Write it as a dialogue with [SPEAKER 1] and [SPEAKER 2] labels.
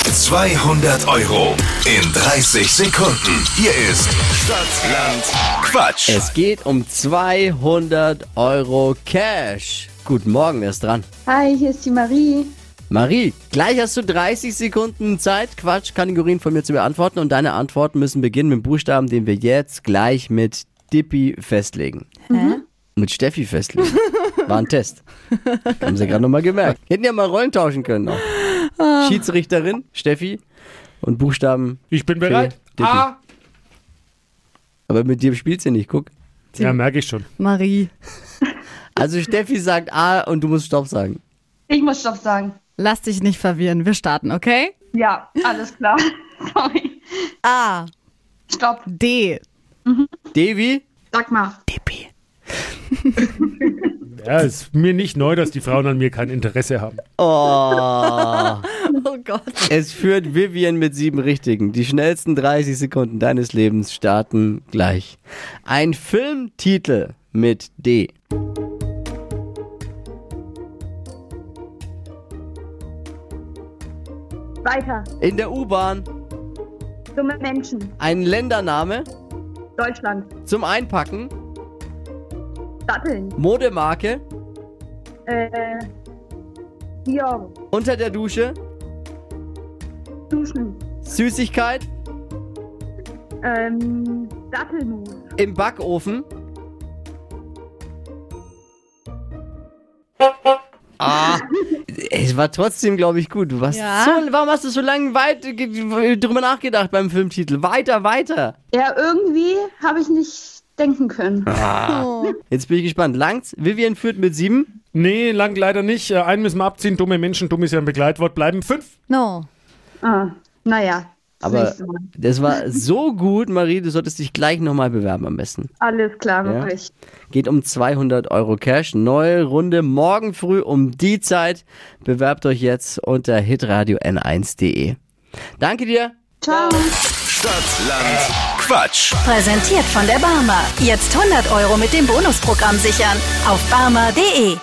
[SPEAKER 1] 200 Euro in 30 Sekunden. Hier ist Stadtland Quatsch.
[SPEAKER 2] Es geht um 200 Euro Cash. Guten Morgen, wer ist dran?
[SPEAKER 3] Hi, hier ist die Marie.
[SPEAKER 2] Marie, gleich hast du 30 Sekunden Zeit, Quatschkategorien von mir zu beantworten und deine Antworten müssen beginnen mit Buchstaben, den wir jetzt gleich mit Dippy festlegen. Mit Steffi festlegen. War ein Test. Haben sie gerade nochmal gemerkt. Hätten ja mal Rollen tauschen können noch. Schiedsrichterin, Steffi und Buchstaben.
[SPEAKER 4] Ich bin
[SPEAKER 2] bereit.
[SPEAKER 4] bereit.
[SPEAKER 2] Dippy. Aber mit dir spielt sie nicht, guck.
[SPEAKER 4] Ja, merke ich schon.
[SPEAKER 5] Marie.
[SPEAKER 2] Also Steffi sagt A und du musst Stopp sagen.
[SPEAKER 3] Ich muss Stopp sagen.
[SPEAKER 5] Lass dich nicht verwirren. Wir starten, okay?
[SPEAKER 3] Ja, alles klar. Sorry.
[SPEAKER 5] A.
[SPEAKER 3] Stopp.
[SPEAKER 5] D.
[SPEAKER 2] Devi?
[SPEAKER 3] Sag mal.
[SPEAKER 2] Dippy.
[SPEAKER 4] Ja, ist mir nicht neu, dass die Frauen an mir kein Interesse haben.
[SPEAKER 5] Oh Gott.
[SPEAKER 2] Es führt Vivian mit sieben Richtigen. Die schnellsten 30 Sekunden deines Lebens starten gleich. Ein Filmtitel mit D.
[SPEAKER 3] Weiter.
[SPEAKER 2] In der U-Bahn
[SPEAKER 3] Dumme Menschen.
[SPEAKER 2] ein Ländername
[SPEAKER 3] Deutschland.
[SPEAKER 2] zum Einpacken,
[SPEAKER 3] Datteln.
[SPEAKER 2] Modemarke,
[SPEAKER 3] Äh. Bier.
[SPEAKER 2] unter der Dusche,
[SPEAKER 3] Duschen.
[SPEAKER 2] Süßigkeit,
[SPEAKER 3] Ähm. Dattelmus.
[SPEAKER 2] im Backofen. Ah, es war trotzdem, glaube ich, gut. Du warst
[SPEAKER 5] Ja.
[SPEAKER 2] so, warum hast du so lange weit ge- drüber nachgedacht beim Filmtitel? Weiter, weiter.
[SPEAKER 3] Ja, irgendwie habe ich nicht denken können.
[SPEAKER 2] Jetzt bin ich gespannt. Langs, Vivian führt mit sieben.
[SPEAKER 4] Nee, lang leider nicht. Äh, Einen müssen wir abziehen. Dumme Menschen, dumm ist ja ein Begleitwort. Bleiben fünf.
[SPEAKER 5] No.
[SPEAKER 3] Ah, naja. das
[SPEAKER 2] Aber
[SPEAKER 3] nächste Mal.
[SPEAKER 2] das war so gut, Marie, du solltest dich gleich nochmal bewerben am besten.
[SPEAKER 3] Alles klar,
[SPEAKER 2] Ja.
[SPEAKER 3] wirklich.
[SPEAKER 2] Geht um 200 Euro Cash. Neue Runde morgen früh um die Zeit. Bewerbt euch jetzt unter hitradio n1.de. Danke dir.
[SPEAKER 3] Ciao.
[SPEAKER 1] Stadtland Quatsch.
[SPEAKER 6] Präsentiert von der Barmer. Jetzt 100 Euro mit dem Bonusprogramm sichern. Auf barmer.de.